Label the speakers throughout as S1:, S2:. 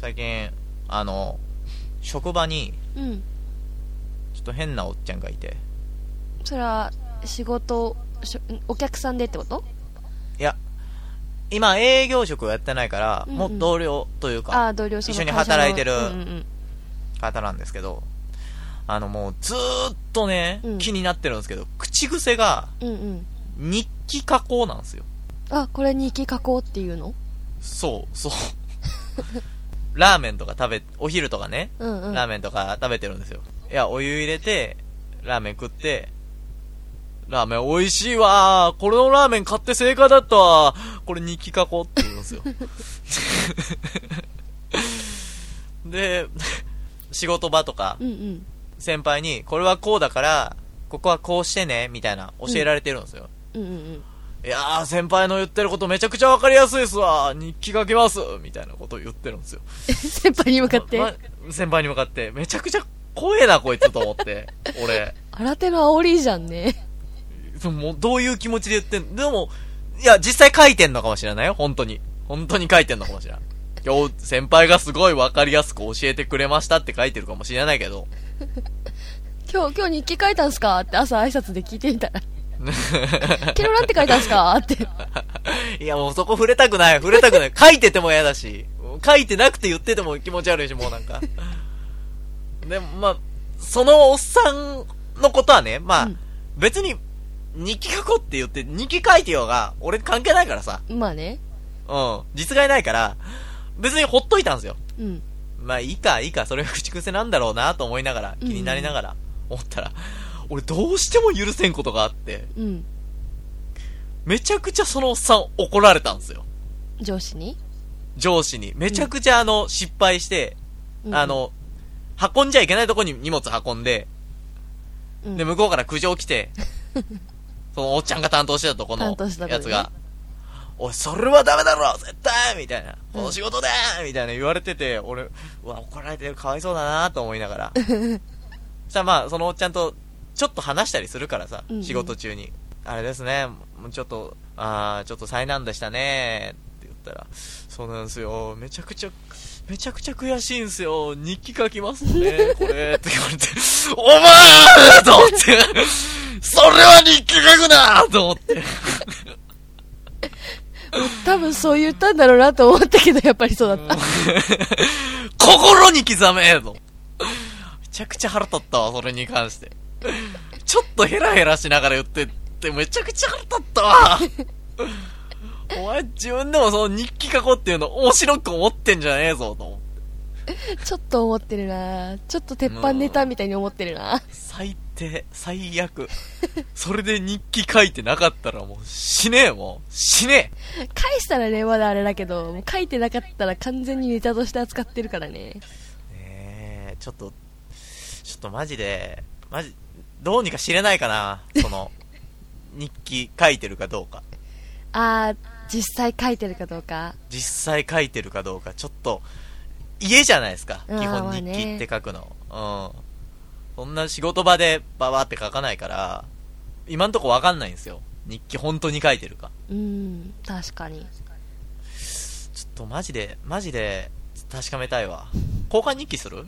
S1: 最近あの職場に
S2: うん
S1: ちょっと変なおっちゃんがいて
S2: それは仕事しょお客さんでってこと
S1: いや今営業職をやってないから、
S2: うんうん
S1: もう同僚という
S2: あ
S1: か
S2: あ同僚さんの
S1: 一緒に
S2: 会社の
S1: 働いてる
S2: うんうん
S1: 方なんですけどあのもうずーっとね、
S2: うん
S1: 気になってるんですけど口癖が
S2: うんうんうん
S1: 日記加工なんですよ
S2: あこれに行き加工っていうの
S1: そう そうラーメンとか食べお昼とかね
S2: うんうん
S1: ラーメンとか食べてるんですよ。いや、お湯入れて、ラーメン食って、ラーメン美味しいわーこれのラーメン買って正解だったわーこれ日記書こうって言うん ですよ。で、仕事場とか
S2: う、んうん
S1: 先輩に、これはこうだから、ここはこうしてね、みたいな教えられてるんですよ。
S2: うんうん
S1: いやー、先輩の言ってることめちゃくちゃわかりやすいっすわー日記書けますみたいなことを言ってるんですよ。
S2: うん先輩に向かって、
S1: まま先輩に向かって、めちゃくちゃ怖えな、こいつと思 って、俺。
S2: 新手の煽りじゃんね
S1: そのもうどういう気持ちで言ってんでも、いや、実際書いてんのかもしれないよ、本当に。本当に書いてんのかもしれない。今日、先輩がすごいわかりやすく教えてくれましたって書いてるかもしれないけど。
S2: 今日今日日記書いたんすかって朝挨拶で聞いてみたら 昨日なんて書いたんすかって
S1: いや、もうそこ触れたくない、触れたくない。 書いてても嫌だし、書いてなくて言ってても気持ち悪いし、もうなんか。 でも、まあ、そのおっさんのことはね、まあ、
S2: うん
S1: 別に、日記書こうって言って、日記書いてようが、俺関係ないからさ、
S2: まあね
S1: うん、実害ないから、別にほっといたんですよ。
S2: うん
S1: まあ、いいか、いいか、それが口癖なんだろうなと思いながら、気になりながら、思ったら、俺どうしても許せんことがあって、
S2: うん
S1: めちゃくちゃそのおっさん怒られたんですよ。
S2: 上司に、
S1: 上司に、めちゃくちゃあの、失敗して、
S2: うん
S1: あ、の、運んじゃいけないとこに荷物運んで、
S2: うん
S1: で、向こうから苦情来 て、そのおっちゃんが担当してたとこの
S2: 担当してたとこ
S1: や
S2: ね
S1: つが、おい、それはダメだろ絶対みたいな。こ
S2: う
S1: の
S2: ん
S1: 仕事だみたいな言われてて、俺、うわ、怒られてる、かわいそうだなと思いながら。そしたらまあ、そのおっちゃんと、ちょっと話したりするからさ
S2: うんう、ん
S1: 仕事中に。あれですね、もうちょっと、あー、ちょっと災難でしたねって言ったら、そうなんですよ、めちゃくちゃ、めちゃくちゃ悔しいんすよ、日記書きますね、これ、って言われて、お前ーと思って、それは日記書くなーと思って。
S2: 多分そう言ったんだろうなと思ったけどやっぱりそうだった
S1: 心に刻めのめちゃくちゃ腹立ったわ、それに関して。ちょっとヘラヘラしながら言ってって、めちゃくちゃ腹立ったわ。お前自分でもその日記書こうっていうの面白く思ってんじゃねえぞ、と思って。
S2: ちょっと思ってるなちょっと鉄板ネタみたいに思ってるな
S1: 最低、最悪。それで日記書いてなかったらもう死ねえもん。死ねえ。
S2: 返したらねまだあれだけどもう書いてなかったら完全にネタとして扱ってるからね
S1: ねえ、ちょっと、ちょっとマジで、マジ、どうにか知れないかな、その、 日記書いてるかどうか。
S2: あー実際書いてるかどうか
S1: 実際書いてるかどうか、ちょっと、家じゃないですか、
S2: うん
S1: 基
S2: ま
S1: 本
S2: あ
S1: 日記
S2: ね
S1: って書くの。うん。そんな仕事場でババって書かないから、今んとこわかんないんですよ。日記本当に書いてるか。
S2: うん確かに
S1: ちょっとマジで、マジで確かめたいわ。交換日記す る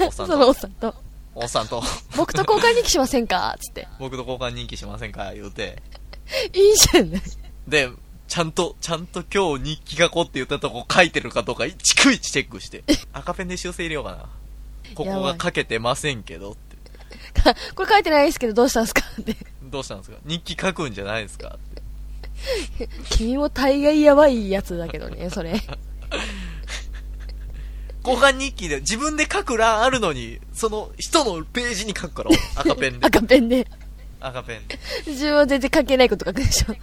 S1: おっさ
S2: そ
S1: ん
S2: のお
S1: と。
S2: っさんと
S1: おっさんと。
S2: 僕と交換日記しませんかつって
S1: 僕と交換日記しませんか言うて。
S2: いいじゃない
S1: で、ちゃんと、ちゃんと今日日記書こうって言ったとこ書いてるかどうか、逐一チェック して。赤ペンで修正入れようかな。ここが書けてませんけどって。
S2: か これ書いてないですけどどうしたんですかって
S1: どうしたんですか日記書くんじゃないですかって
S2: 君も大概やばいやつだけどねそれ
S1: 交換日記で自分で書く欄あるのに、その人のページに書くから、赤ペン で。
S2: 赤ペンで
S1: 赤ペンで。
S2: 自分は全然関係ないこと書くでしょ
S1: うんい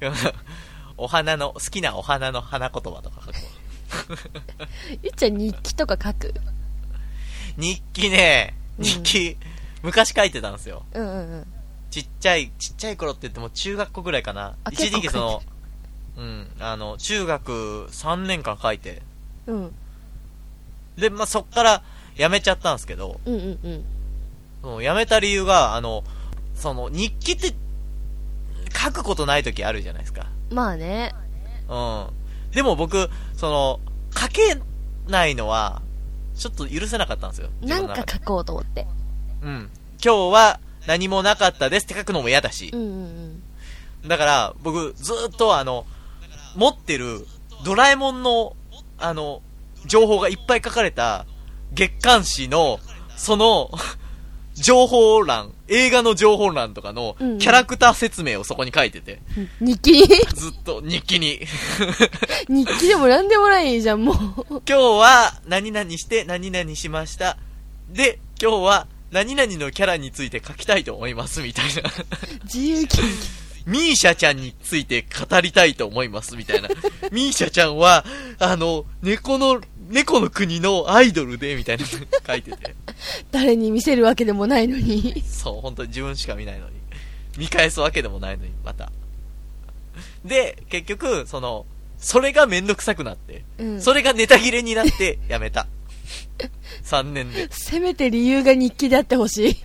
S1: や お花の、好きなお花の花言葉とか書くわ。
S2: ゆっちゃん日記とか書く
S1: 日記ね、
S2: うん
S1: 日記、昔書いてたんですよ。
S2: うんうんうん
S1: ちっちゃい、ちっちゃい頃って言っても中学校ぐらいかな。
S2: あ
S1: 一時
S2: 結構
S1: 期その、うん、あの、中学3年間書いて。
S2: うん
S1: で、まあ、そっから辞めちゃったんですけど、
S2: うんうんうん
S1: その辞めた理由が、あの、その、日記って、書くことない時あるじゃないですか。
S2: まあね
S1: うん。でも僕、その、書けないのは、ちょっと許せなかったんですよ。自
S2: な
S1: 分
S2: ん
S1: の中
S2: か
S1: で
S2: 書こうと思って。
S1: うん。今日は何もなかったですって書くのも嫌だし
S2: う。んうん
S1: だから、僕、ずーっとあの、持ってる、ドラえもんの、あの、情報がいっぱい書かれた、月刊誌の、その、情報欄、映画の情報欄とかの
S2: うんうん、
S1: キャラクター説明をそこに書いてて、
S2: うん。日記
S1: ずっと日記に。
S2: 日記でも何でもないじゃん、もう。
S1: 今日は何々して何々しました。で、今日は何々のキャラについて書きたいと思いますみたいな。
S2: 自由研究。
S1: ミーシャちゃんについて語りたいと思いますみたい な。ミーシャちゃんは、あの、猫の、猫の国のアイドルでみたいな書いてて。
S2: 誰に見せるわけでもないのに。
S1: そう、本当に自分しか見ないのに。見返すわけでもないのに、また。で、結局、その、それがめんどくさくなって、
S2: うん。
S1: それがネタ切れになって、やめた。3年で。
S2: せめて理由が日記であってほしい。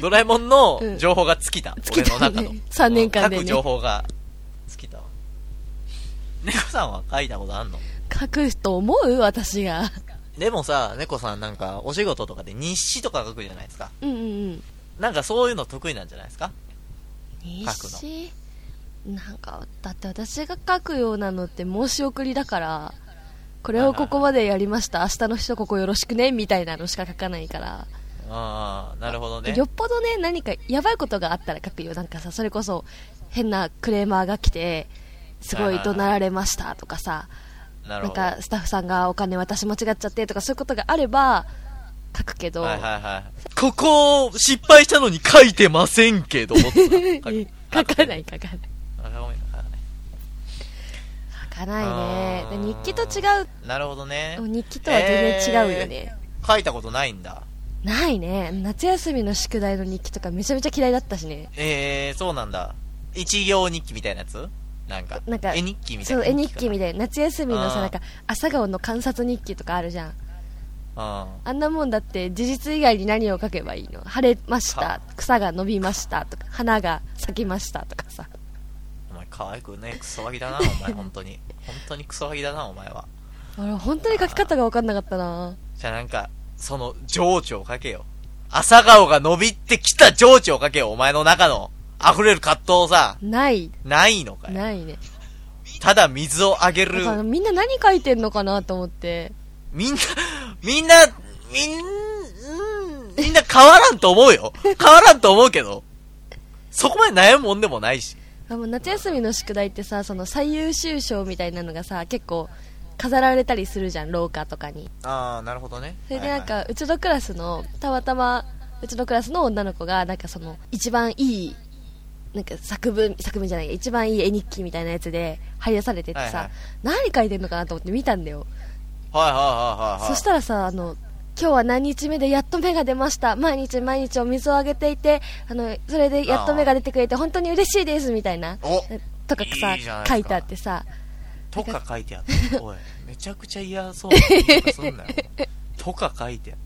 S1: ドラえもんの情報が尽きた。
S2: 尽きた
S1: 俺
S2: ね
S1: の中の。
S2: 3年間でね
S1: うん書く情報が尽きたわ。猫さんは書いたことあんの
S2: 書くと思う私が。
S1: でもさ、猫さんなんかお仕事とかで日誌とか書くじゃないですか。
S2: うんうんうん。
S1: なんかそういうの得意なんじゃないですか
S2: 日
S1: 書くの
S2: 誌なんか、だって私が書くようなのって申し送りだから、これをここまでやりました、明日の人ここよろしくね、みたいなのしか書かないから。
S1: ああ、なるほどね。
S2: よっぽどね何かやばいことがあったら書くよなんかさそれこそ変なクレーマーが来てすごい怒鳴られましたとかさ
S1: なる
S2: なん
S1: ほど。は
S2: かスタッフさんがお金私間違っちゃってとかそういうことがあれば書くけど、
S1: いはいはい。ここ失敗したのに書いてませんけど。書
S2: 書かない書かない
S1: あごめん書かない
S2: 書かないね
S1: あー
S2: で日記と違う
S1: なるほどね。
S2: 日記とは全然違うよね、
S1: 書いたことないんだ。
S2: ないね夏休みの宿題の日記とかめちゃめちゃ嫌いだったしね
S1: えー、そうなんだ。一行日記みたいなやつなんか。
S2: なんか
S1: 絵日記みたいな。
S2: そう絵日記みたいな夏休みの
S1: あ
S2: さ
S1: ー
S2: なんか朝顔の観察日記とかあるじゃん
S1: な。うん。
S2: あんなもんだって事実以外に何を書けばいいの晴れました
S1: は
S2: 草が伸びましたとか花が咲きましたとかさ
S1: お前可愛くね、クソガキだな、お前、本当に。本当にクソガキだな、お前は。
S2: 俺本当に書き方が分かんなかったな
S1: じゃあなんか、その情緒をかけよ。朝顔が伸びってきた情緒をかけよ、お前の中の。溢れる葛藤をさ、
S2: ない
S1: ないのかよ。
S2: ないね
S1: ただ水をあげ
S2: だ
S1: る。
S2: からみんな何書いてんのかなと思って
S1: みんな、みんな、みん、うんみんな変わらんと思う よ。変わらんと思うけど。そこまで悩むもんでもないし。
S2: あもう夏休みの宿題ってさその最優秀賞みたいなのがさ結構飾られたりするじゃん廊下とかに
S1: ああ、なるほどね。
S2: それでなんか、うちのクラスのたまたまうちのクラスの女の子がなんかその一番いいなんか作文作文じゃない一番いい絵日記みたいなやつで張り出されててさ、
S1: はいはい
S2: 何書いてんのかなと思って見たんだよ、
S1: はいはいはいはいはい。
S2: そしたらさあの今日は何日目でやっと芽が出ました毎日毎日お水をあげていてあのそれでやっと芽が出てくれて本当に嬉しいですみたいな
S1: お
S2: とかさ
S1: いいじゃないですか
S2: 書いてあってさ
S1: とか書いてある。おい、めちゃくちゃ嫌そうな言い方すん なよ。とか書いてある。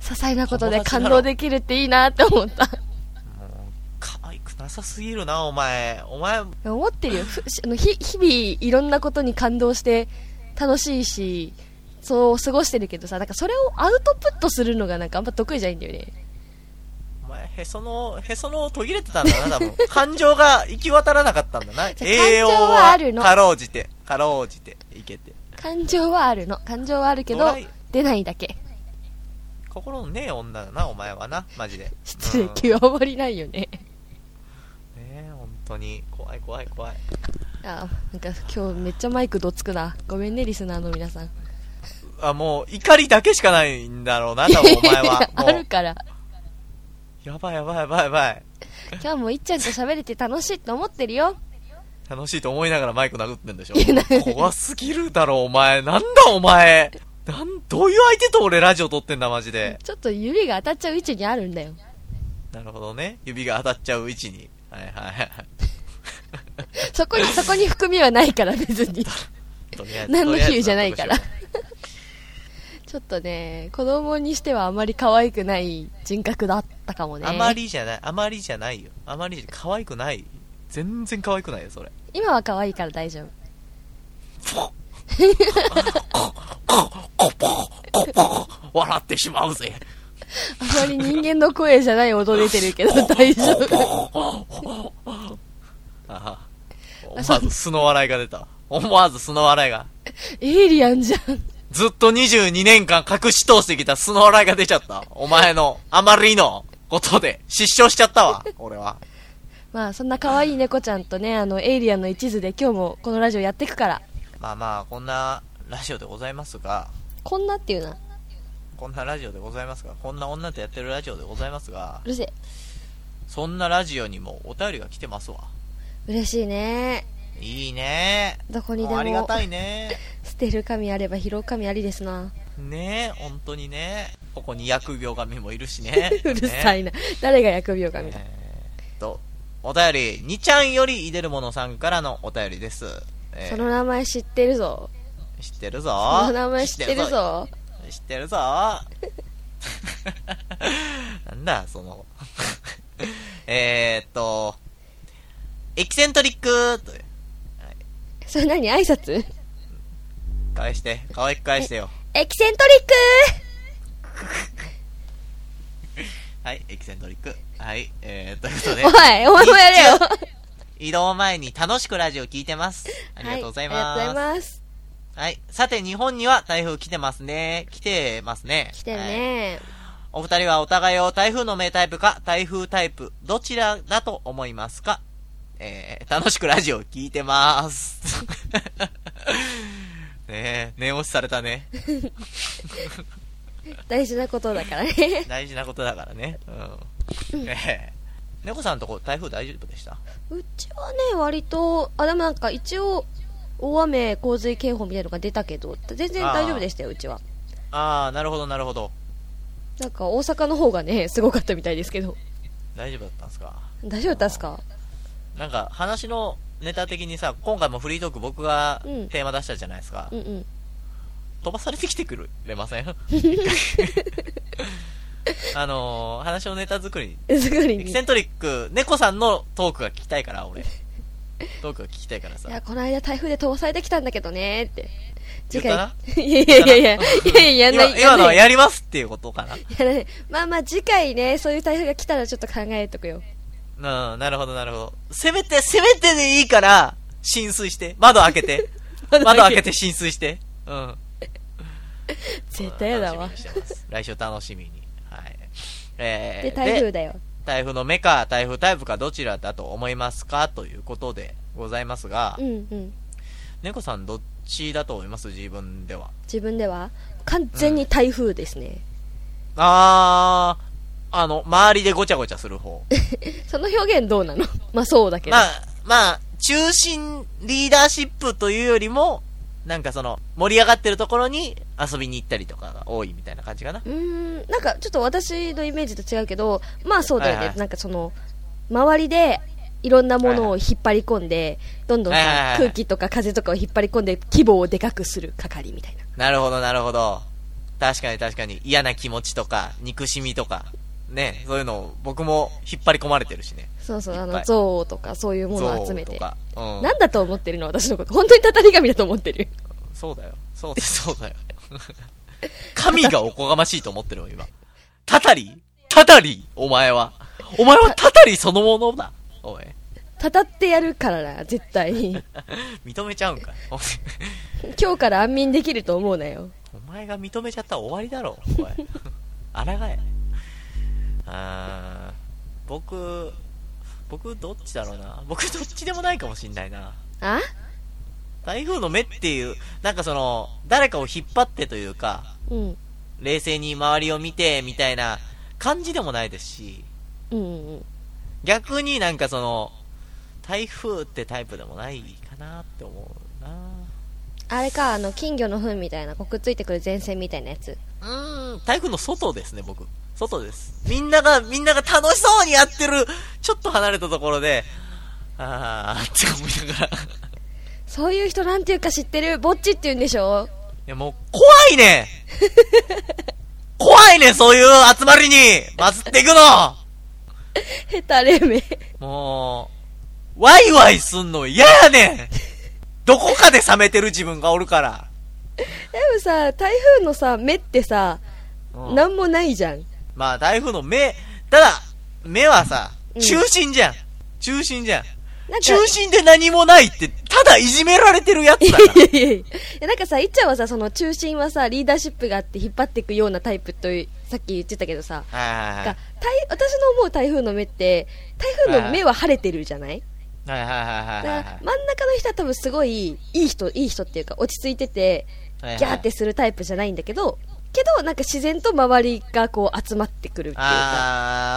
S2: 些細なことで
S1: 友達だ
S2: 感
S1: ろ
S2: 動できるっていいなって思った
S1: もう、可愛くなさすぎるな、お前。お前、
S2: 思ってるよふしあのひ日々いろんなことに感動して楽しいしそう過ごしてるけどさなんかそれをアウトプットするのがなんかあんま得意じゃないんだよね
S1: お前、へその、へその途切れてたんだな、多分。 感情が行き渡らなかったんだ な。栄養
S2: 感情はあるの
S1: かろうじて、かろうじて、いけて。
S2: 感情はあるの感情はあるけど
S1: ドライ
S2: 出ないだけ
S1: 心のねえ女だな、お前はな、マジで。
S2: 失礼
S1: うんね
S2: 極まりないよね
S1: え、本当に。怖い怖い怖い。
S2: あなんか今日めっちゃマイクどつくなごめんねリスナーの皆さん
S1: あ、もう、怒りだけしかないんだろうな、多分お前は。
S2: あ
S1: も
S2: る
S1: う、
S2: から
S1: やばいやばいやばいやばい。
S2: 今日もいっちゃんと喋れて楽しいと思ってるよ
S1: 楽しいと思いながらマイク殴ってんでし
S2: いや殴
S1: ょ
S2: る
S1: 怖すぎるだろ、お前。なんだ、お前。なん、どういう相手と俺ラジオ撮ってんだ、マジで。
S2: ちょっと指が当たっちゃう位置にあるんだよ
S1: なるほどね。指が当たっちゃう位置に。はいはいはい。
S2: そこにそこに含みはないから別に
S1: とりあえず
S2: 何の比喩じゃないから
S1: とりあえず納得しよ
S2: ちょっとね、子供にしてはあまり可愛くない人格だったかも
S1: う
S2: ね。
S1: あまりじゃない、あまりじゃないよ。あまりじゃ、可愛くない。全然可愛くないよそれ
S2: 今は可愛いから大丈夫
S1: 笑ってしまうぜ
S2: あまり人間の声じゃない音出てるけ ど大丈夫
S1: ああ思わず素の笑いが出た思わず素の笑いが
S2: エイリアンじゃん
S1: ずっと22年間隠し通してきた素の笑いが出ちゃったお前のあまりのことで失笑しちゃったわ俺は
S2: まあそんな可愛い猫ちゃんとねあのエイリアンの一途で今日もこのラジオやっていくから
S1: まあまあこんなラジオでございますが
S2: こんなっていうなう
S1: こんなラジオでございますがこんな女とやってるラジオでございますが
S2: るせえ
S1: そんなラジオにもお便りが来てますわ
S2: 嬉しいね
S1: いいね
S2: どこにでも
S1: うありがたいね
S2: 捨てる神あれば拾う神ありですな
S1: ねえ本当にねここに疫病神もいるしね
S2: うるさ
S1: ね
S2: いな、誰が疫病神だ、
S1: えーっとお便りにちゃんよりいでるものさんからのお便りです、えー
S2: その名前知ってるぞ
S1: 知ってるぞ
S2: その名前知ってるぞ
S1: 知ってるぞ なんだその えーっとエキセントリックと
S2: それ何挨拶
S1: 返して可愛く返してよ
S2: エキセントリック
S1: はいエキセントリックはいえー、ということで
S2: おいお前もやれ よ
S1: 移動前に楽しくラジオ聞いてますありがとうございます,、
S2: は
S1: はい
S2: ありがとうございます
S1: さて日本には台風来てますね来てますね
S2: 来てる
S1: はい
S2: ね、
S1: お二人はお互いを台風の名タイプか台風タイプどちらだと思いますかえー、楽しくラジオ聞いてます ねえ念押しされたね
S2: 大事なことだからね
S1: 大事なことだからねうんえー猫さんのとこ台風大丈夫でした
S2: うちはね割とあでもなんか一応大雨洪水警報みたいなのが出たけど全然大丈夫でしたようちは
S1: ああなるほどなるほど
S2: なんか大阪の方がねすごかったみたいですけど
S1: 大丈夫だったんですか
S2: 大丈夫だったっすか
S1: なんか話のネタ的にさ今回もフリートーク僕が
S2: うん
S1: テーマ出したじゃないですか、
S2: うんうん
S1: 飛ばされてきてくれま せんあのー、話のネタ作り
S2: 手作り
S1: エキ
S2: に
S1: セントリック猫さんのトークが聞きたいから俺トークが聞きたいから
S2: い
S1: さ
S2: やこの間台風で飛ばされてきたんだけどねって
S1: 言ったない
S2: やいやいやいやいやいややん
S1: 今
S2: ない
S1: 今のは
S2: やんない
S1: やりますっていうことか
S2: やらないまあまあ次回ねそういう台風が来たらちょっと考えとくよ
S1: なうんなるほどなるほどせめてせめてでいいから浸水して窓開け て
S2: 窓開けて
S1: 窓開けて浸水してうん
S2: 絶対やだわ
S1: 楽しみにしてます来週楽しみにはいえー
S2: で台風
S1: で
S2: だよ
S1: 台風の目か台風タイプかどちらだと思いますかということでございますが
S2: うんうん
S1: 猫さんどっちだと思います自分では
S2: 自分では完全に台風ですね、
S1: あーあの周りでごちゃごちゃする 方
S2: その表現どうなの まあそうだけど、
S1: まあまあ中心リーダーシップというよりもなんかその盛り上がってるところに遊びに行ったりとかが多いみたいな感じかな
S2: うーんなんかちょっと私のイメージと違うけどまあそうだよね、
S1: はいはい
S2: なんかその周りでいろんなものを引っ張り込んで、どんどんさ、
S1: はいはいはい
S2: 空気とか風とかを引っ張り込んで規模をでかくする係みたいな
S1: なるほどなるほど確かに確かに嫌な気持ちとか憎しみとかねそういうのを僕も引っ張り込まれてるしね
S2: そうそう
S1: いっぱ
S2: あ
S1: い
S2: の象とかそういうものを集め
S1: 象
S2: て
S1: とか、うん、
S2: なんだと思ってるの私のこと本当に畳神だと思っ てる
S1: そうだよ。そうだよ。そうだよ。神がおこがましいと思ってるよ、今。たたりたたりお前は。お前はたたりそのものだ。おい。
S2: たたってやるからな絶対に
S1: 認めちゃうんかい。おい
S2: 今日から安眠できると思うなよ
S1: お前が認めちゃったら終わりだろ。おい。あらがえ。あー、僕、僕どっちだろうな。僕どっちでもないかもしんないな。
S2: あ
S1: 台風の目っていう、なんかその、誰かを引っ張ってというか、
S2: うん
S1: 冷静に周りを見て、みたいな感じでもないですし、
S2: うんうんうん
S1: 逆になんかその台風ってタイプでもないかなって思うな
S2: あれかあの金魚の糞みたいなこうくっついてくる前線みたいなやつ
S1: うーん台風の外ですね僕外ですみんながみんなが楽しそうにやってるちょっと離れたところでああって思いながら い
S2: そういう人なんていうか知ってるぼっちって言うんでしょ
S1: やもう怖いね怖いねそういう集まりに祭っていくの
S2: ヘタレめ
S1: もうワイワイすんの嫌やねんどこかで冷めてる自分がおるから。
S2: でもさ台風のさ目ってさ
S1: うん
S2: 何もないじゃん
S1: まあ台風の目、ただ、目はさ
S2: う、ん
S1: 中心じゃん。中心じゃん。
S2: なんか
S1: 中心で何もないって、ただいじめられてるやつだから。
S2: いやい やいやなんかさいっちゃんはさその中心はさリーダーシップがあって引っ張っていくようなタイプというさっき言ってたけどさ
S1: はいはいは
S2: が台私の思う台風の目って台風の目は晴れてるじゃない
S1: い。はいはい
S2: だ
S1: はい
S2: か
S1: はい
S2: ら真ん中の人は多分すごいいい人いい人っていうか落ち着いてて
S1: はいはい。
S2: ギャーってするタイプじゃないんだけどけどなんか自然と周りがこう集まってくるっていうか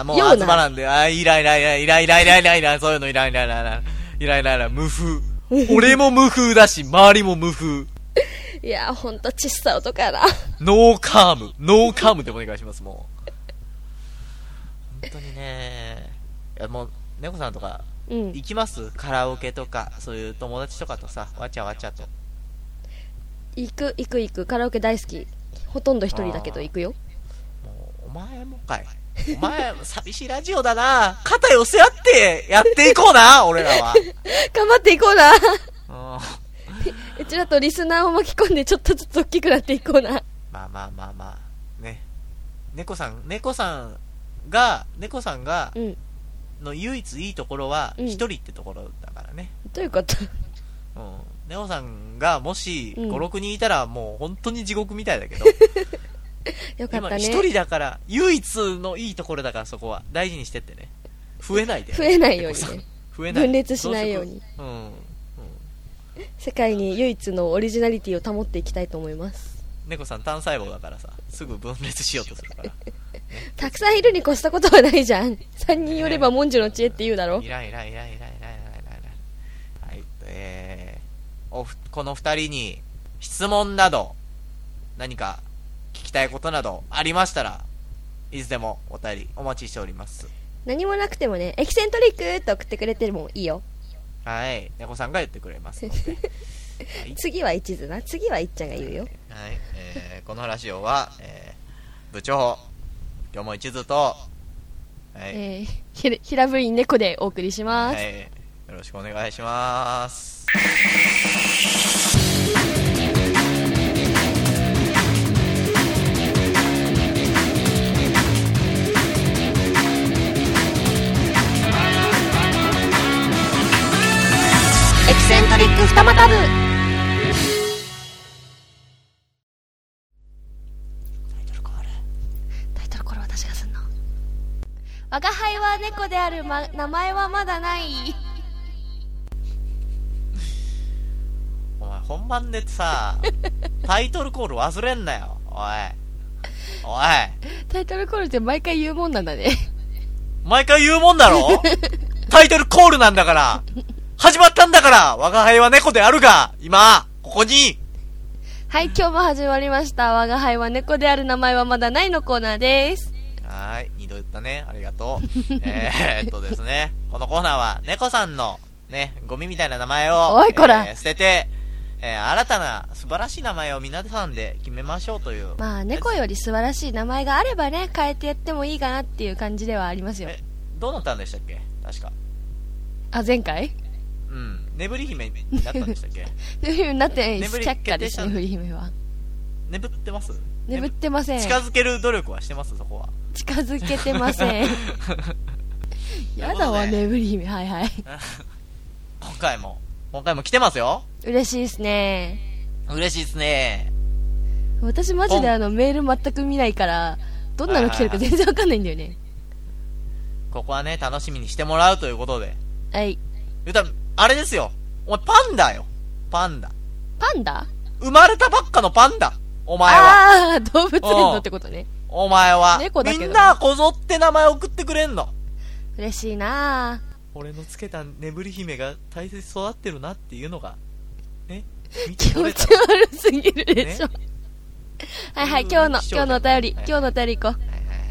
S1: あー、もう
S2: ような
S1: 集まらんで、あー、イライライライライライライライライそういうのイライライライライイライライライ無風。俺も無風だし、周りも無風。
S2: いやーほんとちっさ男やな
S1: ノーカーム、ノーカームでお願いします、もう。本当にね、いやもう、猫さんとか、
S2: うん
S1: 行きますカラオケとか、そういう友達とかとさ、わちゃわちゃと。
S2: 行く行く行くカラオケ大好きほとんど一人だけど
S1: あー
S2: 行くよ
S1: もう、お前もかい。お前、寂しいラジオだな。肩寄せ合って、やっていこうな、俺らは。
S2: 頑張っていこうな
S1: うん
S2: うちらとリスナーを巻き込んでちょっとずつ大きくなっていこうな
S1: まあまあまあまあ、ね。猫さん、猫さんが、猫さんが
S2: う、ん
S1: の唯一いいところは、
S2: うん
S1: 一人ってところだからね。
S2: どういうこと
S1: うん。ネオさんがもし
S2: うん
S1: 5、6人いたらもう本当に地獄みたいだけ ど、
S2: よかっ
S1: 今
S2: たね
S1: 一人だから、唯一のいいところだからそこは大事にしてってね。増えないで。
S2: 増えないように
S1: 猫さん
S2: ね
S1: 増えない。
S2: 分裂しないように
S1: 増殖。うん。うん
S2: 世界に唯一のオリジナリティを保っていきたいと思います
S1: 猫さん単細胞だからさ、すぐ分裂しようとするから。
S2: たくさんいるに越したことはないじ ゃん3人寄れば文殊の知恵って言うだろ
S1: いらんいらんいらんいらんいらんいらんいらんいらんはい、えー、おふ、この二人に質問など、何か聞きたいことなどありましたら、いつでもお便りお待ちしております。
S2: 何もなくてもねエキセントリックって送ってくれてもいい よ
S1: はい、猫さんが言ってくれますので。はい
S2: 次は一途な次はいっちゃんが言うよ
S1: はい、えー、このラジオは、えー、部長、両も一途と、はい、
S2: えー、ひら平ぶり猫でお送りします、
S1: はい、よろしくお願いします。
S2: エキセントリック二股部
S1: タイトルコール。
S2: タイトルコール私がすんの我が輩は猫である、ま、名前はまだない
S1: お前本番で さタイトルコール忘れんなよおいおい
S2: タイトルコールって毎回言うもんなんだね
S1: 毎回言うもんだ ろタイトルコールなんだから始まったんだから我が輩は猫であるが今ここに
S2: はい今日も始まりました我が輩は猫である名前はまだないのコーナーです
S1: はーい二度言ったねありが とうえーっとですねこのコーナーは猫さんのねゴミみたいな名前を
S2: おいこら
S1: えー捨ててえー新たな素晴らしい名前を皆さんで決めましょうという
S2: まあ猫より素晴らしい名前があればね変えてやってもいいかなっていう感じではありますよ
S1: えどうなったんでしたっけ確か
S2: あ前回
S1: うん眠り姫になったんでしたっけ
S2: なってないです
S1: 眠り
S2: 却下ですね
S1: 決定した
S2: 振り姫は
S1: 眠ってます
S2: 眠ってません
S1: 近づける努力はしてますそこは
S2: 近づけて ません やだわ
S1: という
S2: 眠り姫はいはい
S1: ことで今回も今回も来てますよ
S2: 嬉しいですね
S1: 嬉しいですね
S2: 私マジであのメール全く見ないからどんなの来てるか全然わかんないんだよね
S1: ここはね楽しみにしてもらうということで
S2: はい
S1: 言うたらあれですよお前パンダよパンダ
S2: パンダ
S1: 生まれたばっかのパンダお前は
S2: ああー動物園のってことね
S1: お前は
S2: 猫だけど
S1: みんなこぞって名前送ってくれんの
S2: 嬉しいなあ
S1: 俺のつけた眠り姫が大切に育ってるなっていうのが ね見て
S2: 気
S1: 取
S2: 持
S1: れた
S2: ち悪すぎるでしょ、はいはい今日の
S1: 貴
S2: 今日
S1: 重だ
S2: のお
S1: から
S2: 便り
S1: はい
S2: 今日のお便り行こ
S1: はいはいはい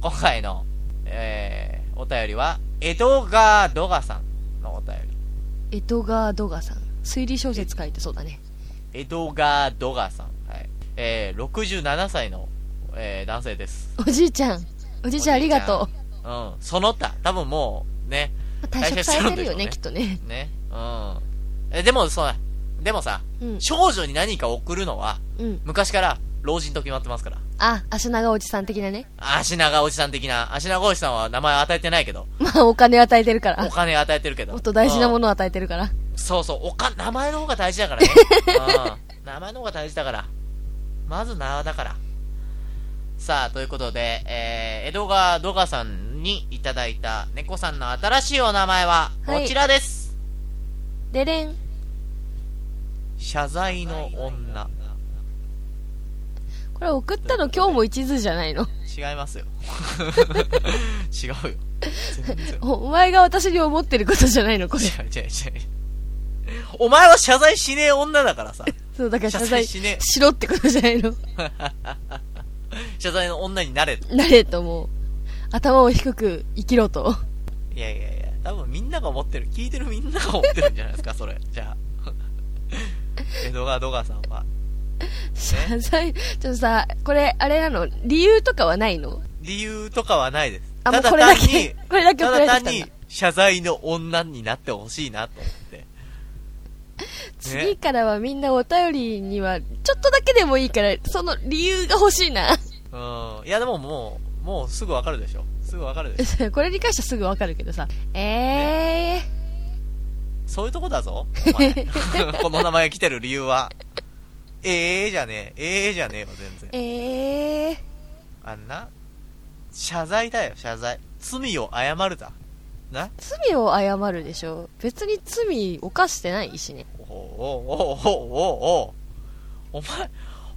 S1: 今回の、えー、お便りは、エドガー・ドガさんのお便り。
S2: う江戸川ドガさん推理小説書いてそうだね
S1: エドガー・ドガさん。はい。えー、67歳の、えー、男性です。
S2: おじいちゃんおじいちゃんありがと
S1: うん。その他、多分もう、ね、
S2: う退職されてるよね、
S1: 退
S2: きっ
S1: 職
S2: とね。
S1: ね。うん。え、でも、そう、でもさ、
S2: うん。
S1: 少女に何か送るのは、
S2: うん。
S1: 昔から老人と決まってますから。
S2: あ、足長おじさん的なね。
S1: 足長おじさん的な、足長おじさんは名前与えてないけど、
S2: まあ、お金与えてるか
S1: お
S2: ら。
S1: 金与えてるけど。
S2: もっと大事なも
S1: の。
S2: のを与えてるから。
S1: そうそう、おか、名前の方が大事だからね。うん。名前の方が大事だから。まず名だから。さあ、ということで、えー、江戸川ドガさんにいただいた猫さんの新しいお名前は、
S2: はい
S1: こちらです。
S2: でれん。
S1: 謝罪の女
S2: これ送ったの今日も一途じゃないの。
S1: 違いますよ違うよ全然違う
S2: おお前が私に思ってることじゃないの、これ。
S1: 違う違う違うお前は謝罪しねえ女だからさ
S2: そう、だから謝
S1: 謝
S2: 罪
S1: 罪しね
S2: しろってことじゃないの。
S1: え 謝罪の女になれと
S2: なれと思う。頭を低く生きろと。
S1: いやいやいや多分みんなが思ってる聞いてるみんなが思ってるんじゃないですか それじゃあ 江戸川ドガさんは
S2: 謝罪、ちょっとさ、これ、あれなの理由とかはないの
S1: 理由とかはないです
S2: あ、
S1: た
S2: もう
S1: だ
S2: これだ
S1: 単
S2: け
S1: に、
S2: これだけ
S1: た
S2: 送られ
S1: だ
S2: て
S1: 単
S2: きたんだ
S1: に。謝罪の女になってほしいなと思って
S2: 次からはみんなお便りには、ちょっとだけでもいいから、その理由が欲しいな。
S1: うんいやでももうもうすぐわかるでしょすぐわかるでしょ
S2: これに関してはすぐわかるけどさ。え
S1: そういうとこだ ぞ、お前 この名前が来てる理由は。ええじゃねえ、ええじゃねえよ、全然。
S2: ー、えー、
S1: あんな、謝罪だよ、謝罪。罪を謝るだ。な
S2: 罪を謝るでしょ。別に罪犯してないしね。
S1: おおおおおおおお前、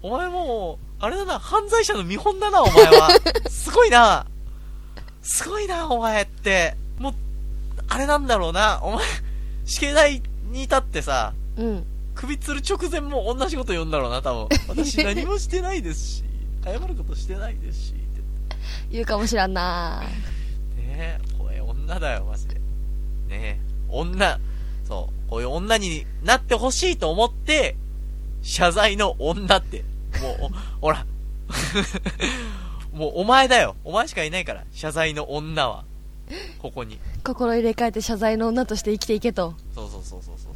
S1: お前もう、あれだな、犯罪者の見本だな、お前は。すごいな。すごいな、お前って。もう、あれなんだろうな、お前、死刑台に至ってさ、
S2: うん。
S1: 首吊る直前も同じこと言うんだろうな多分私何もしてないですし謝ることしてないですしっ
S2: 言うかもしらんな
S1: てねえこういう女だよマジでねえ女そうこういう女になってほしいと思って謝罪の女ってもう おほらもうお前だよお前しかいないから謝罪の女はここに
S2: 心入れ替えて謝罪の女として生きていけと。
S1: そうそうそうそうそうそう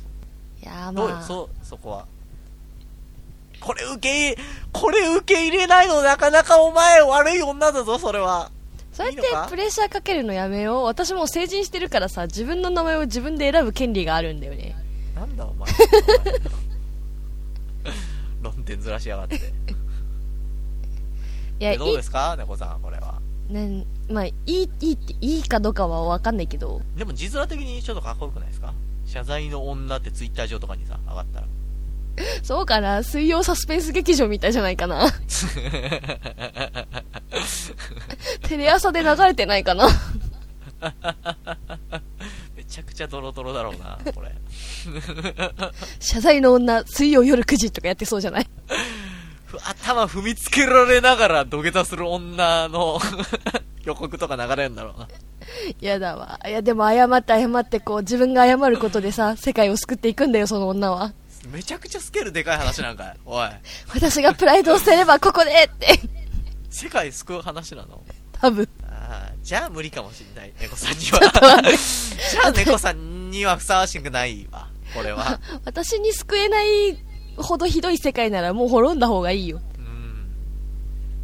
S2: いやー
S1: どうよ
S2: まあ。
S1: そそこはこれ受け入れこれ受け入れないのなかなかお前悪い女だぞそれは
S2: そうやって
S1: いいのか
S2: プレッシャーかけるのやめよう。私もう成人してるからさ、自分の名前を自分で選ぶ権利があるんだよね。
S1: なんだお前 論点ずらしやがって
S2: いや、いい、
S1: どうですか猫さんこれは
S2: ね、まあ、いい、いいって、いいかどうかはわかんないけど、
S1: でも字面的にちょっとかっこよくないですか謝罪の女ってツイッター上とかにさ上がったら
S2: そうかな、水曜サスペンス劇場みたいじゃないかな。 テレ朝で流れてないか な。
S1: めちゃくちゃドロドロだろうなこれ
S2: 謝罪の女、水曜夜9時とかやってそうじゃない
S1: ふ頭踏みつけられながら土下座する女の 予告とか流れるんだろうな
S2: やだわ。いや、でも謝って謝って、こう、自分が謝ることでさ、世界を救っていくんだよ、その女は。
S1: めちゃくちゃスケールでかい話なんかいおい
S2: 私がプライドを捨てればここでって。
S1: 世界救う話なの
S2: 多分。
S1: あーじゃあ無理かもしんない猫さんには じゃあ猫さんにはふさわしくないわこれは
S2: 私に救えないほどひどい世界ならもう滅んだ方がいいよ。
S1: うん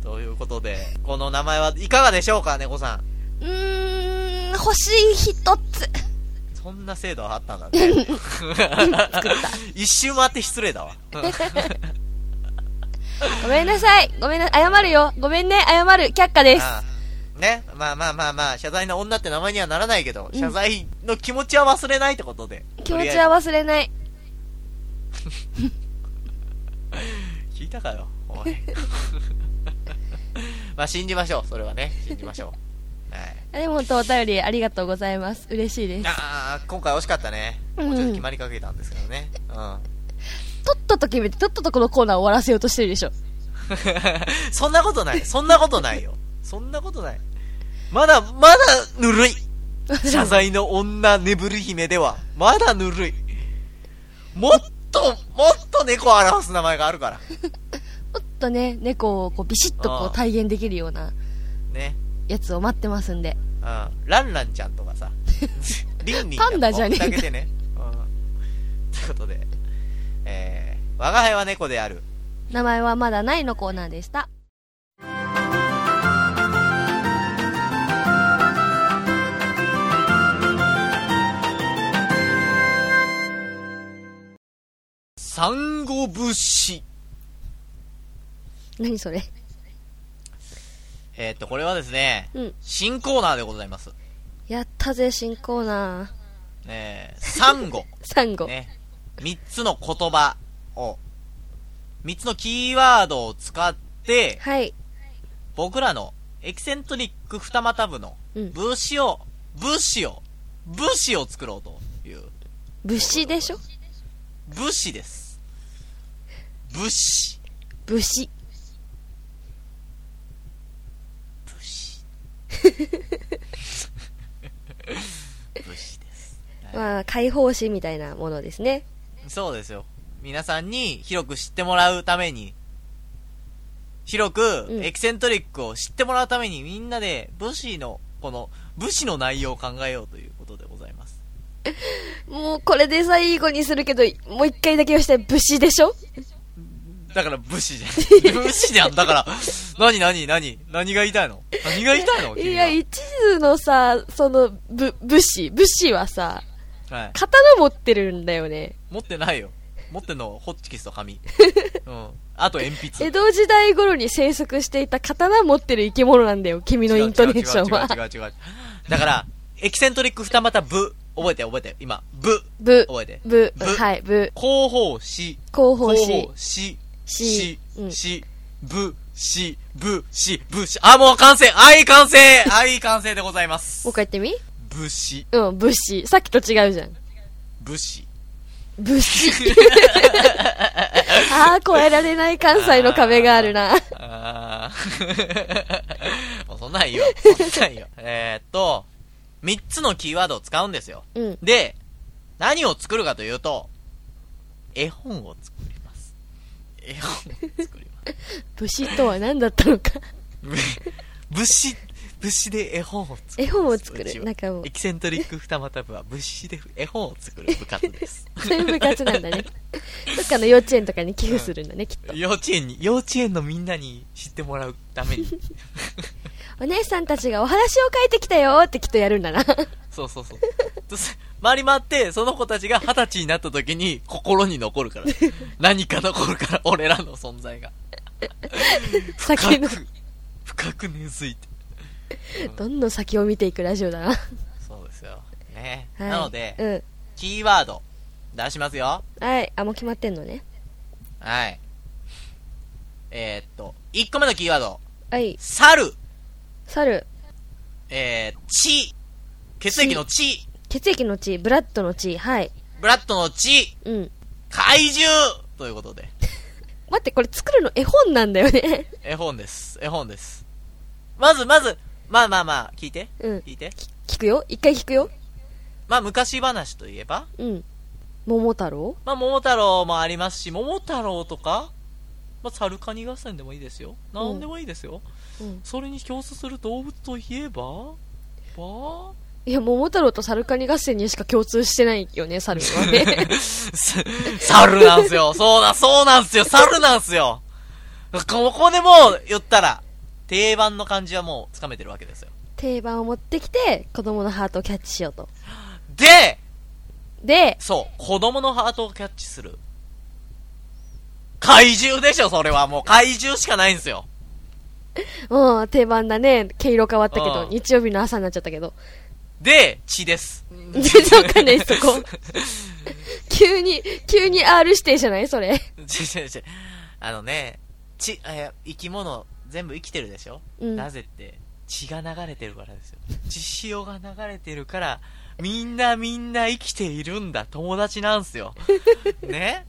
S1: ということでこの名前はいかがでしょうか猫さん
S2: うーん、欲しい一 つ。
S1: そんな制度あったんだ ね一周回って失礼だわうん
S2: ごめんなさい。ごめんな、謝るよ。ごめんね、謝る。却下です。
S1: ああね、まあまあまあまあ、謝罪の女って名前にはならないけど、謝罪の気持ちは忘れないってことで。
S2: 気持ちは忘れない。
S1: 聞いたかよおい まあ信じましょうそれはね信じましょうはい
S2: でも本当お便りありがとうございます。嬉しいです。
S1: あー今回惜しかったねもうちょっと決まりかけたんですけどねうん
S2: とっとと決めて、とっととこのコーナー終わらせようとしてるでしょ。
S1: そんなことないそんなことないよそんなことないまだまだぬ るい謝罪の女眠る姫ではまだぬるいもっともっと猫を表す名前があるから
S2: もっとね、猫をこうビシッとこ
S1: ああ
S2: う体現できるような
S1: ね
S2: やつを待ってますんで。
S1: うんランランちゃんとかさリンリン
S2: パンダじゃねえんだ
S1: だけでね、うん、ということで、えー、我が輩は猫である
S2: 名前はまだないのコーナーでした
S1: 産後節
S2: 何それ
S1: えー、っとこれはですね
S2: うん
S1: 新コーナーでございます
S2: やったぜ新コーナ
S1: えー、産 後
S2: ーサンゴ、
S1: ね、3つの言葉を、3つのキーワードを使って、
S2: はい
S1: 僕らのエキセントリック二股部の
S2: うん
S1: 武士を、武士を、武士を作ろうという、
S2: 武士でしょ
S1: 武士です。武士。
S2: 武士
S1: 武士。 武士です。
S2: まあ解放誌みたいなものですね
S1: そうですよ。皆さんに広く知ってもらうために、広く
S2: うん
S1: エキセントリックを知ってもらうために、みんなで武士の、この武士の内容を考えようということでございます。
S2: もうこれで最後にするけどもう一回だけ言わして武士でしょ
S1: だから武士じゃ ん。武士じゃん。だから、何何何何が言いたいの何が言いたいの
S2: い
S1: 君
S2: や
S1: は。
S2: 一途のさそのぶ武士武士はさ
S1: はい。
S2: 刀持ってるんだよね
S1: 持ってないよ。持ってんの、ホッチキスと 紙。うん。あと鉛筆。
S2: 江戸時代頃に生息していた刀持ってる生き物なんだよ君のイントネーションは
S1: 違う違う違う違う違う違う。だから、エキセントリック二股部。覚えて覚えて。今、部。
S2: ぶ
S1: 覚えて。
S2: ぶ
S1: ぶ
S2: はいぶ
S1: 広報誌。
S2: 広報誌
S1: 広報誌。
S2: し
S1: し
S2: うん、
S1: し、ぶ、し、ぶ、し、ぶ、し。あ、もう完成はい、完成はい、完成でございます
S2: もう一。回言ってみ
S1: ぶし、
S2: うん武士さっきと違うじゃん
S1: ぶし。
S2: 武士 ああ超えられない関西の壁があるな
S1: あー。 もうそんなんいいよ。そんなんいいよ。 えーっと、三つのキーワードを使うんですよ。
S2: うん
S1: で、何を作るかというと、絵本を作ります。絵本を作ります。
S2: 武士とは何だったのか
S1: 武士、武士で絵本を作る。
S2: 絵本を作
S1: うち
S2: る
S1: は
S2: なんかもう
S1: エキセントリック二股部は武士で絵本を作る部活です。
S2: そういう部活なん だねどっかの幼稚園とかに寄付するんだねきっ と
S1: 幼稚園に、幼稚園のみんなに知ってもらうため に。
S2: お姉さんたちがお話を書いてきたよってきっとやるん だな
S1: そうそうそう。とす回り回って、その子たちが二十歳になった時に心に残る から。何か残るから、俺らの存在が。
S2: 先
S1: 深
S2: の
S1: く、深く根付いて。
S2: どんどん先を見ていくラジオだな、
S1: そうですよ。ね。
S2: はい、
S1: なので、
S2: うん
S1: キーワード、出しますよ。
S2: はいあもう決まってんのね
S1: はい。えー、っと、1個目のキーワード、
S2: はい
S1: 猿、
S2: 猿
S1: えー、血、血液の血、
S2: 血液の血ブラッドの血はい
S1: ブラッドの血、
S2: うん
S1: 怪獣ということで、
S2: 待ってこれ作るの絵本なんだよね
S1: 絵本です、絵本です。まず、まず、まあまあまあ、聞いて、
S2: うん
S1: 聞いて。
S2: 聞くよ一回聞くよ
S1: まあ、昔話といえば、
S2: うん桃太郎
S1: まあ、桃太郎もありますし、桃太郎とか、まあ、猿カニ合戦でもいいですよ。なんでもいいですよ。
S2: うん
S1: それに競争する動物といえば、ば
S2: いや桃太郎と猿カニ合戦にしか共通してないよね猿は ね
S1: す 猿なんすよ。そうだ、そうなんすよ。猿なんすよ。ここでもう言ったら、定番の感じはもうつかめてるわけですよ。
S2: 定番を持ってきて子供のハートをキャッチしようと
S1: で、
S2: で
S1: そう、子供のハートをキャッチする。怪獣でしょ、それは。もう怪獣しかないんすよ。
S2: うん、定番だね。毛色変わったけど
S1: う、ん
S2: 日曜日の朝になっちゃったけど。
S1: で、血です。
S2: 全然わかんない、そこ。急に、急に R 指定じゃないそ れ。
S1: 違う違う違う。あのね、血、えー生き物、全部生きてるでしょ、
S2: うん
S1: なぜって、血が流れてるからですよ。血潮が流れてるから、みんなみんな生きているんだ。友達なんす よ。ね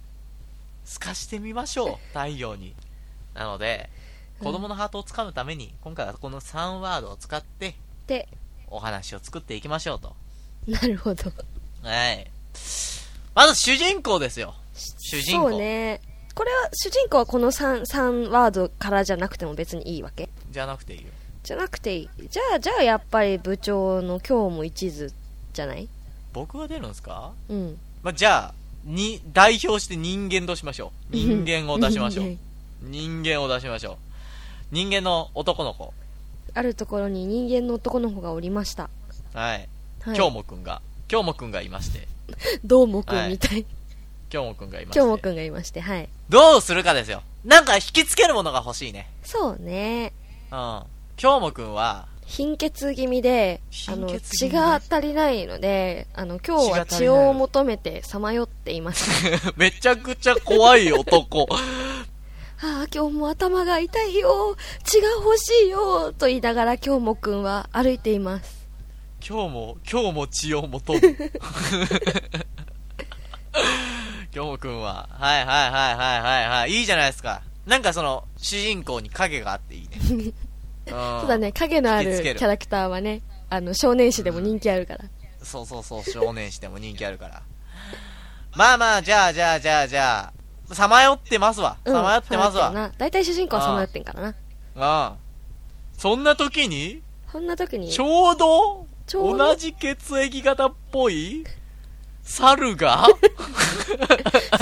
S1: 透かしてみましょう。太陽に。なので、子供のハートをつかむために、今回はこの3ワードを使って、
S2: で、
S1: お話を作っていきましょうと。
S2: なるほど。
S1: はい。まず主人公ですよ。主人公。
S2: そうね。これは、主人公はこの3、三ワードからじゃなくても別にいいわけ
S1: じゃなくていいよ。
S2: じゃなくていい。じゃあ、じゃあやっぱり部長の今日も一途じゃない
S1: 僕が出るんですか、
S2: うん
S1: まあ、じゃあに代表して人間としましょう人間を出しま しょう
S2: 人間
S1: 人間を出しましょう人間の男の子
S2: あるところに人間の男の子がおりました、
S1: はい
S2: はい、
S1: 京もくんが京もくんがいまして
S2: どうもくんみたい、
S1: 京もくんがいまして
S2: 今日もくんがいましてはい
S1: どうするかですよなんか引きつけるものが欲しいね
S2: そうね
S1: うん京もくんは
S2: 貧血気味であ
S1: 貧
S2: の
S1: 血気味
S2: 血が足りないのであの今日は
S1: 血が足りない
S2: 血を求めてさまよっていました
S1: めちゃくちゃ怖い男
S2: ああ今日も頭が痛いよ血が欲しいよと言いながら今日もくんは歩いています
S1: 今日も今日も血を求む 今日もくんははいはいはいはいはいはいいいじゃないですかなんかその主人公に影があっていいね そ
S2: そうだね影のあ
S1: 引き
S2: る
S1: つ
S2: キ
S1: ける
S2: ャラクターはねあの少年誌でも人気あるから、
S1: そうそうそう少年誌でも人気あるからまあまあじゃあじゃあじゃあじゃあさまよってますわ
S2: うん
S1: さまよってますわ、
S2: さまよってるな大体主人公はさまよってんからな
S1: ああそんな時に、
S2: そんな時に
S1: ちょうど、
S2: ちょうど
S1: 同じ血液型っぽい、猿 が、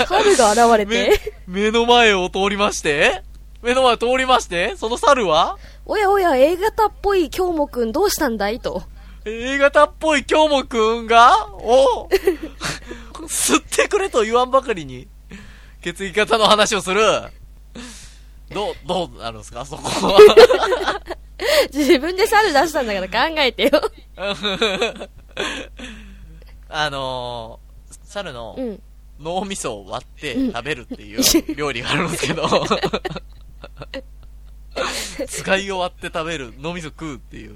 S2: 猿が現れ
S1: め
S2: て
S1: 目の前を通りまして、目の前を通りまして、その猿は、
S2: おやおや A 型っぽい今日もくんどうしたんだいと
S1: A 型っぽい京もくんが、お吸ってくれと言わんばかりに、血液型の話をする。どう、どうなるんですかそこは。
S2: 自分で猿出したんだから考えてよ
S1: あのー、猿の、
S2: うん
S1: 脳みそを割って
S2: うん
S1: 食べるっていう料理があるんですけど、使いを割って食べる、脳みそ食うっていう、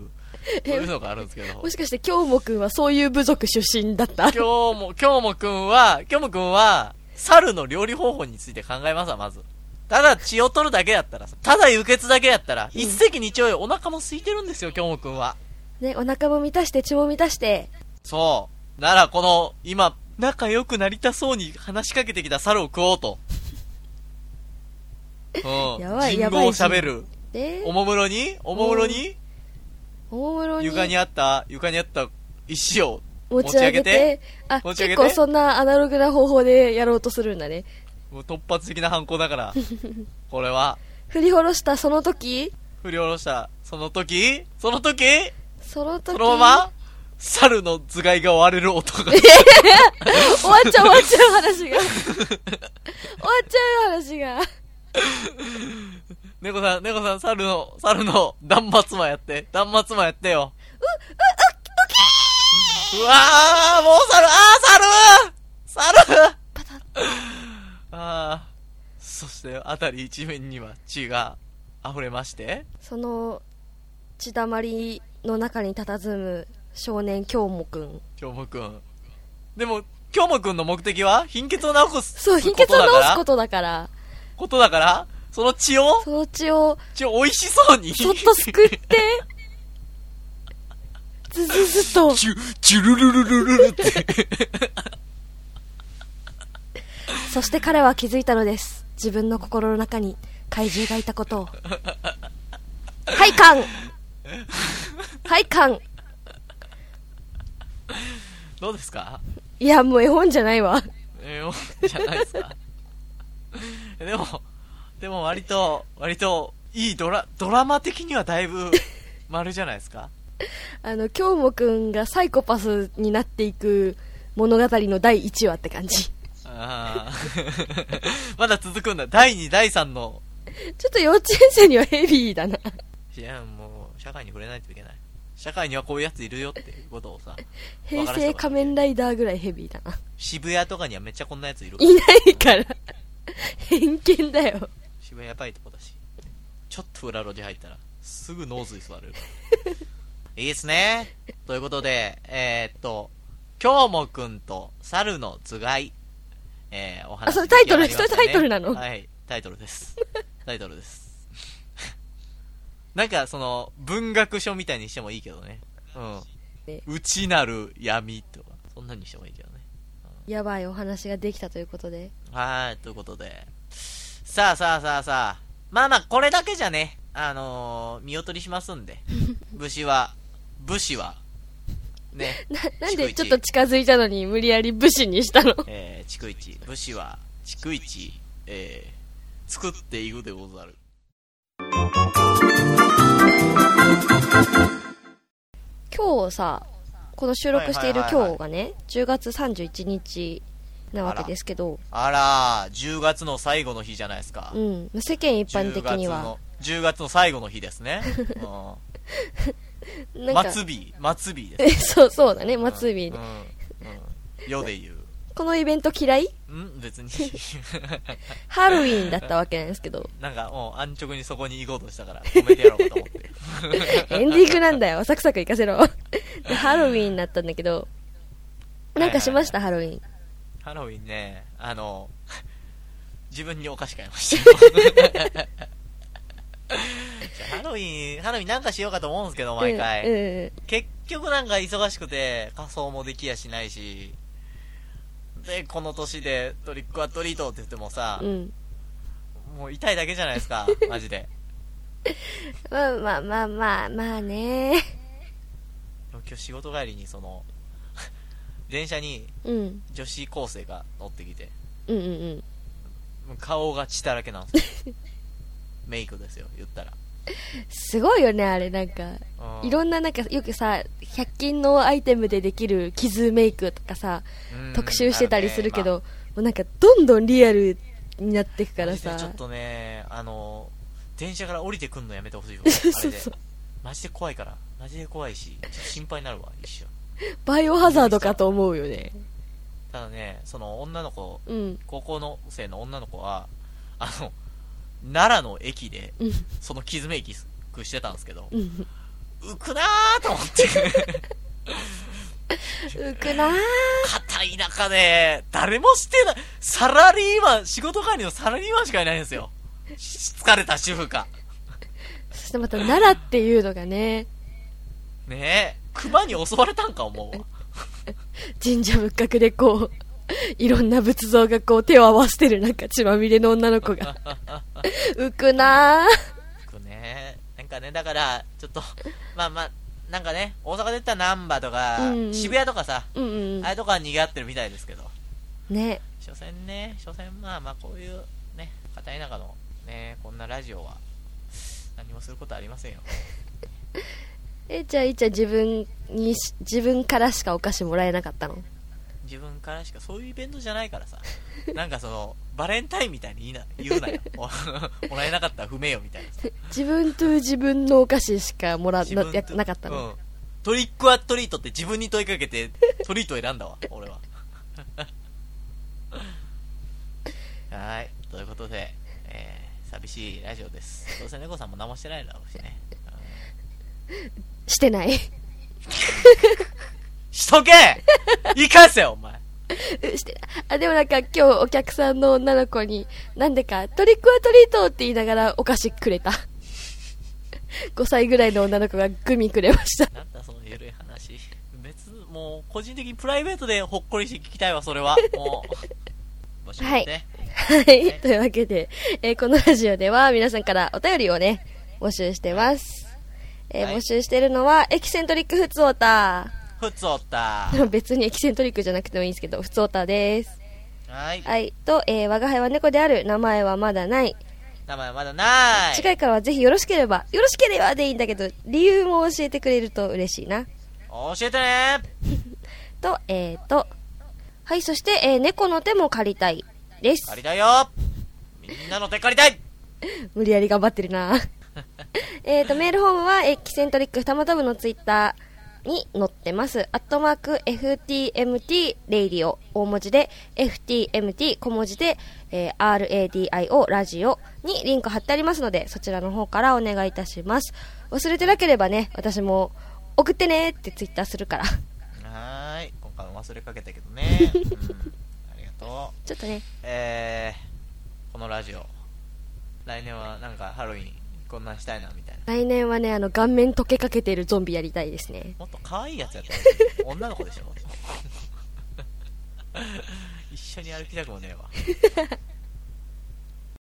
S1: そういうのがあるんですけど
S2: も、しかして今日もくんはそういう部族出身だった
S1: 今日も、今日もくんは、今日もくんは、猿の料理方法について考えますわ、まず。ただ血を取るだけだったらさ、ただ輸血だけだったら、一石二鳥よ、お腹も空いてるんですよ、今日もくんは。
S2: ね、お腹も満たして血も満たして
S1: そう。なら、この、今、仲良くなりたそうに話しかけてきた猿を食おうと。うん。
S2: やばい
S1: 人
S2: やば
S1: 語
S2: い
S1: を喋る。
S2: で
S1: おもむろに、おもむろに、
S2: おもむろに
S1: 床にあった、床にあった石を
S2: 持ち上げてあ
S1: 持ち上げて
S2: 結構そんなアナログな方法でやろうとするんだね
S1: もう突発的な犯行だから、これは、
S2: 振り下ろしたその時
S1: 振り下ろした、その時、その時、
S2: その時
S1: そのまま、猿の頭蓋が割れる音が、
S2: 終わっちゃう終わっちゃう話が終わっちゃうよ話が
S1: 猫さん、猫さん、猿の、猿の断末魔やって、断末魔やってよ。う、う、う、うわー、もう猿、あー、猿猿
S2: パタッ
S1: あー、そして、あたり一面には血が溢れまして、
S2: その血だまりの中に佇む少年京もくん
S1: 京もくん。でも、京もくんの目的は、貧血を治す。
S2: そう貧血を治すことだから
S1: ことだから、その血を、
S2: その血を
S1: 血を美味しそうに。
S2: そっとすく ってずずずと
S1: チュ、チュルルルルルルって。
S2: そして彼は気づいたのです自分の心の中に怪獣がいた ことをはいカンはいカン
S1: どうですか
S2: いやもう絵本じゃないわ
S1: えー、じゃないですか。でも、でも割と、割と、いいドラ、ドラマ的にはだいぶ、丸じゃないですか。
S2: あの京もくんがサイコパスになっていく物語の第1話って感じち
S1: あー まだ続くんだ。第2、第3の。
S2: ょっと幼稚園生にはヘビー だない
S1: や、もう、社会に触れないといけない。社会にはこういうやついるよっていうことをさ、
S2: 平成仮面ライダーぐらいヘビーだな
S1: 渋谷とかにはめっちゃこんなやついるから
S2: いないから偏見だよ
S1: 渋谷やばいとこだしちょっと裏路地入ったらすぐ脳髄吸われる いいですねということでえーっと京もくんと猿の頭蓋えー、お話
S2: あそれタイトル
S1: 出来上がりました
S2: それタイトルなの
S1: はいタイトルですタイトルです なんかその文学書みたいにしてもいいけどね
S2: ね
S1: うん内なる闇とかそんなにしてもいいけどね
S2: やばいお話ができたということで
S1: はい、ということで。さあさあさあさあ。まあまあ、これだけじゃね、 あのー見劣りしますんで。武士は、武士は、ね
S2: ななんでちょっと近づいたのに無理やり武士にしたの
S1: えー、逐一武士は逐一、えー、作っていくでござる
S2: 今日さこの収録している
S1: はいはいはいはい
S2: 今日がね10月31日なわけですけど、
S1: あらー10月の最後の日じゃないですか、
S2: うん、世間一般的には
S1: 10月の10月の最後の日です ね、う、
S2: なんんか
S1: 末日末日です
S2: え そうそうだね末日、
S1: うんうん世で言う
S2: このイベント嫌い
S1: うん別 に
S2: ハロウィーンだったわけなんですけど
S1: なんかもう安直にそこに行こうとしたから止めてやろうかと思 って
S2: エンディングなんだよサクサク行かせろでハロウィーンだったんだけどなんかしましたハロウィーン
S1: ハロウィンね、あの、自分にお菓子買いました。 ハロウィン、ハロウィンなんかしようかと思うんですけど、毎回。
S2: うんうん
S1: 結局なんか忙しくて、仮装もできやしないし。で、この年でトリックアトリートって言ってもさ
S2: う、ん
S1: もう痛いだけじゃない ですか、マジで。
S2: まあまあまあまあまあね
S1: 今日仕事帰りにその、電車に
S2: うん
S1: 女子高生が乗ってきて、
S2: うんうんうん
S1: もう顔が血だらけなんですよ。メイクですよ、言った ら。
S2: すごいよねあれなんか
S1: うん
S2: いろんななんかよくさ100均のアイテムでできる傷メイクとかさ
S1: うん
S2: 特集してたりするけど、
S1: あ
S2: もうなんかどんどんリアルになってくか
S1: ねまあ
S2: ら
S1: マ
S2: さ
S1: ジでちょっとねあの電車から降りてくんのやめてほしいわ
S2: そう
S1: あれで
S2: そう
S1: マジで怖いからマジで怖いしちょっと心配になるわ一瞬
S2: バイオハザードかと思うよね
S1: ただねその女の子
S2: うん
S1: 高校の生の女の子はあの奈良の駅で
S2: うん
S1: その傷めいきしてたんですけど
S2: うん
S1: 浮くなーと思って
S2: 浮くなー
S1: 硬い中で誰もしてないサラリーマン仕事帰りのサラリーマンしかいないんですよし疲れた主婦か
S2: そしてまた奈良っていうのがね
S1: ねえ熊に襲われたんか思うわ
S2: 神社仏閣でこう いろんな仏像がこう手を合わせてるなんか血まみれの女の子 が浮くなー
S1: くねなんかねだからちょっとまあまあなんかね大阪で言ったら難波とか、
S2: うんうん
S1: 渋谷とかさ、
S2: うんうん
S1: ああいうとこは賑わってるみたいですけど
S2: ね
S1: 所詮ね所詮まあまあこういうね片田舎のねこんなラジオは何もすることありませんよ
S2: えじゃあいっちゃん自分にし自分からしかお菓子もらえなかったの
S1: 自分からしかそういうイベントじゃないから さなんかそのバレンタインみたいに言いな言うな よおもらえなかったら不明よみたいなさ
S2: 自分と自分のお菓子しかもら
S1: 自
S2: な
S1: 分
S2: や
S1: と
S2: なかった
S1: う
S2: の、
S1: ん、トリックアトリートって自分に問いかけてトリートを選ん だわ俺ははーいということで、えー寂しいラジオですどうせ猫さんも何もしてないだろうしね、うん
S2: してない
S1: しと け生かせよお前
S2: してないあでもなんか今日お客さんの女の子になんでかトリックアトリートって言いながらお菓子くれた5歳ぐらいの女の子がグミくれま した
S1: なんだそのゆるい話別もう個人的にプライベートでほっこりして聞きたいわそれ はもう募集して、
S2: はいはい。 というわけで、えーこのラジオでは皆さんからお便りをね、募集してます。えー
S1: はい
S2: 募集してるのは、エキセントリックフツオータ
S1: ふつおった
S2: ー。でも 別にエキセントリックじゃなくてもいいんですけど、フツオーターです。
S1: はい
S2: はい。と、えー我が輩は猫である、名前はまだない。
S1: 名前まだない
S2: 次回からはぜひよろしければ、よろしければでいいんだけど、理由も教えてくれると嬉しいな。
S1: 教えてね
S2: と、えーと、はい。そして、えー猫の手も借りたい。です。
S1: 借りたいよみんなの手借りたい
S2: 無理やり頑張ってるな えっとメールフォームはエキセントリック二股部のツイッターに載ってますアットマーク FTMT レイディオ大文字で FTMT 小文字で、えー RADIO ラジオにリンク貼ってありますのでそちらの方からお願いいたします忘れてなければね私も送ってねってツイッターするから
S1: はーい今回も忘れかけたけど ね、うん、ありがとう
S2: ちょっとね
S1: えー、このラジオ来年はなんかハロウィンこんなんしたいなみたいな
S2: 来年はねあの顔面溶けかけてるゾンビやりたいですね
S1: もっと可愛いやつやったら女の子 でしょ一緒に歩きたくもねえわ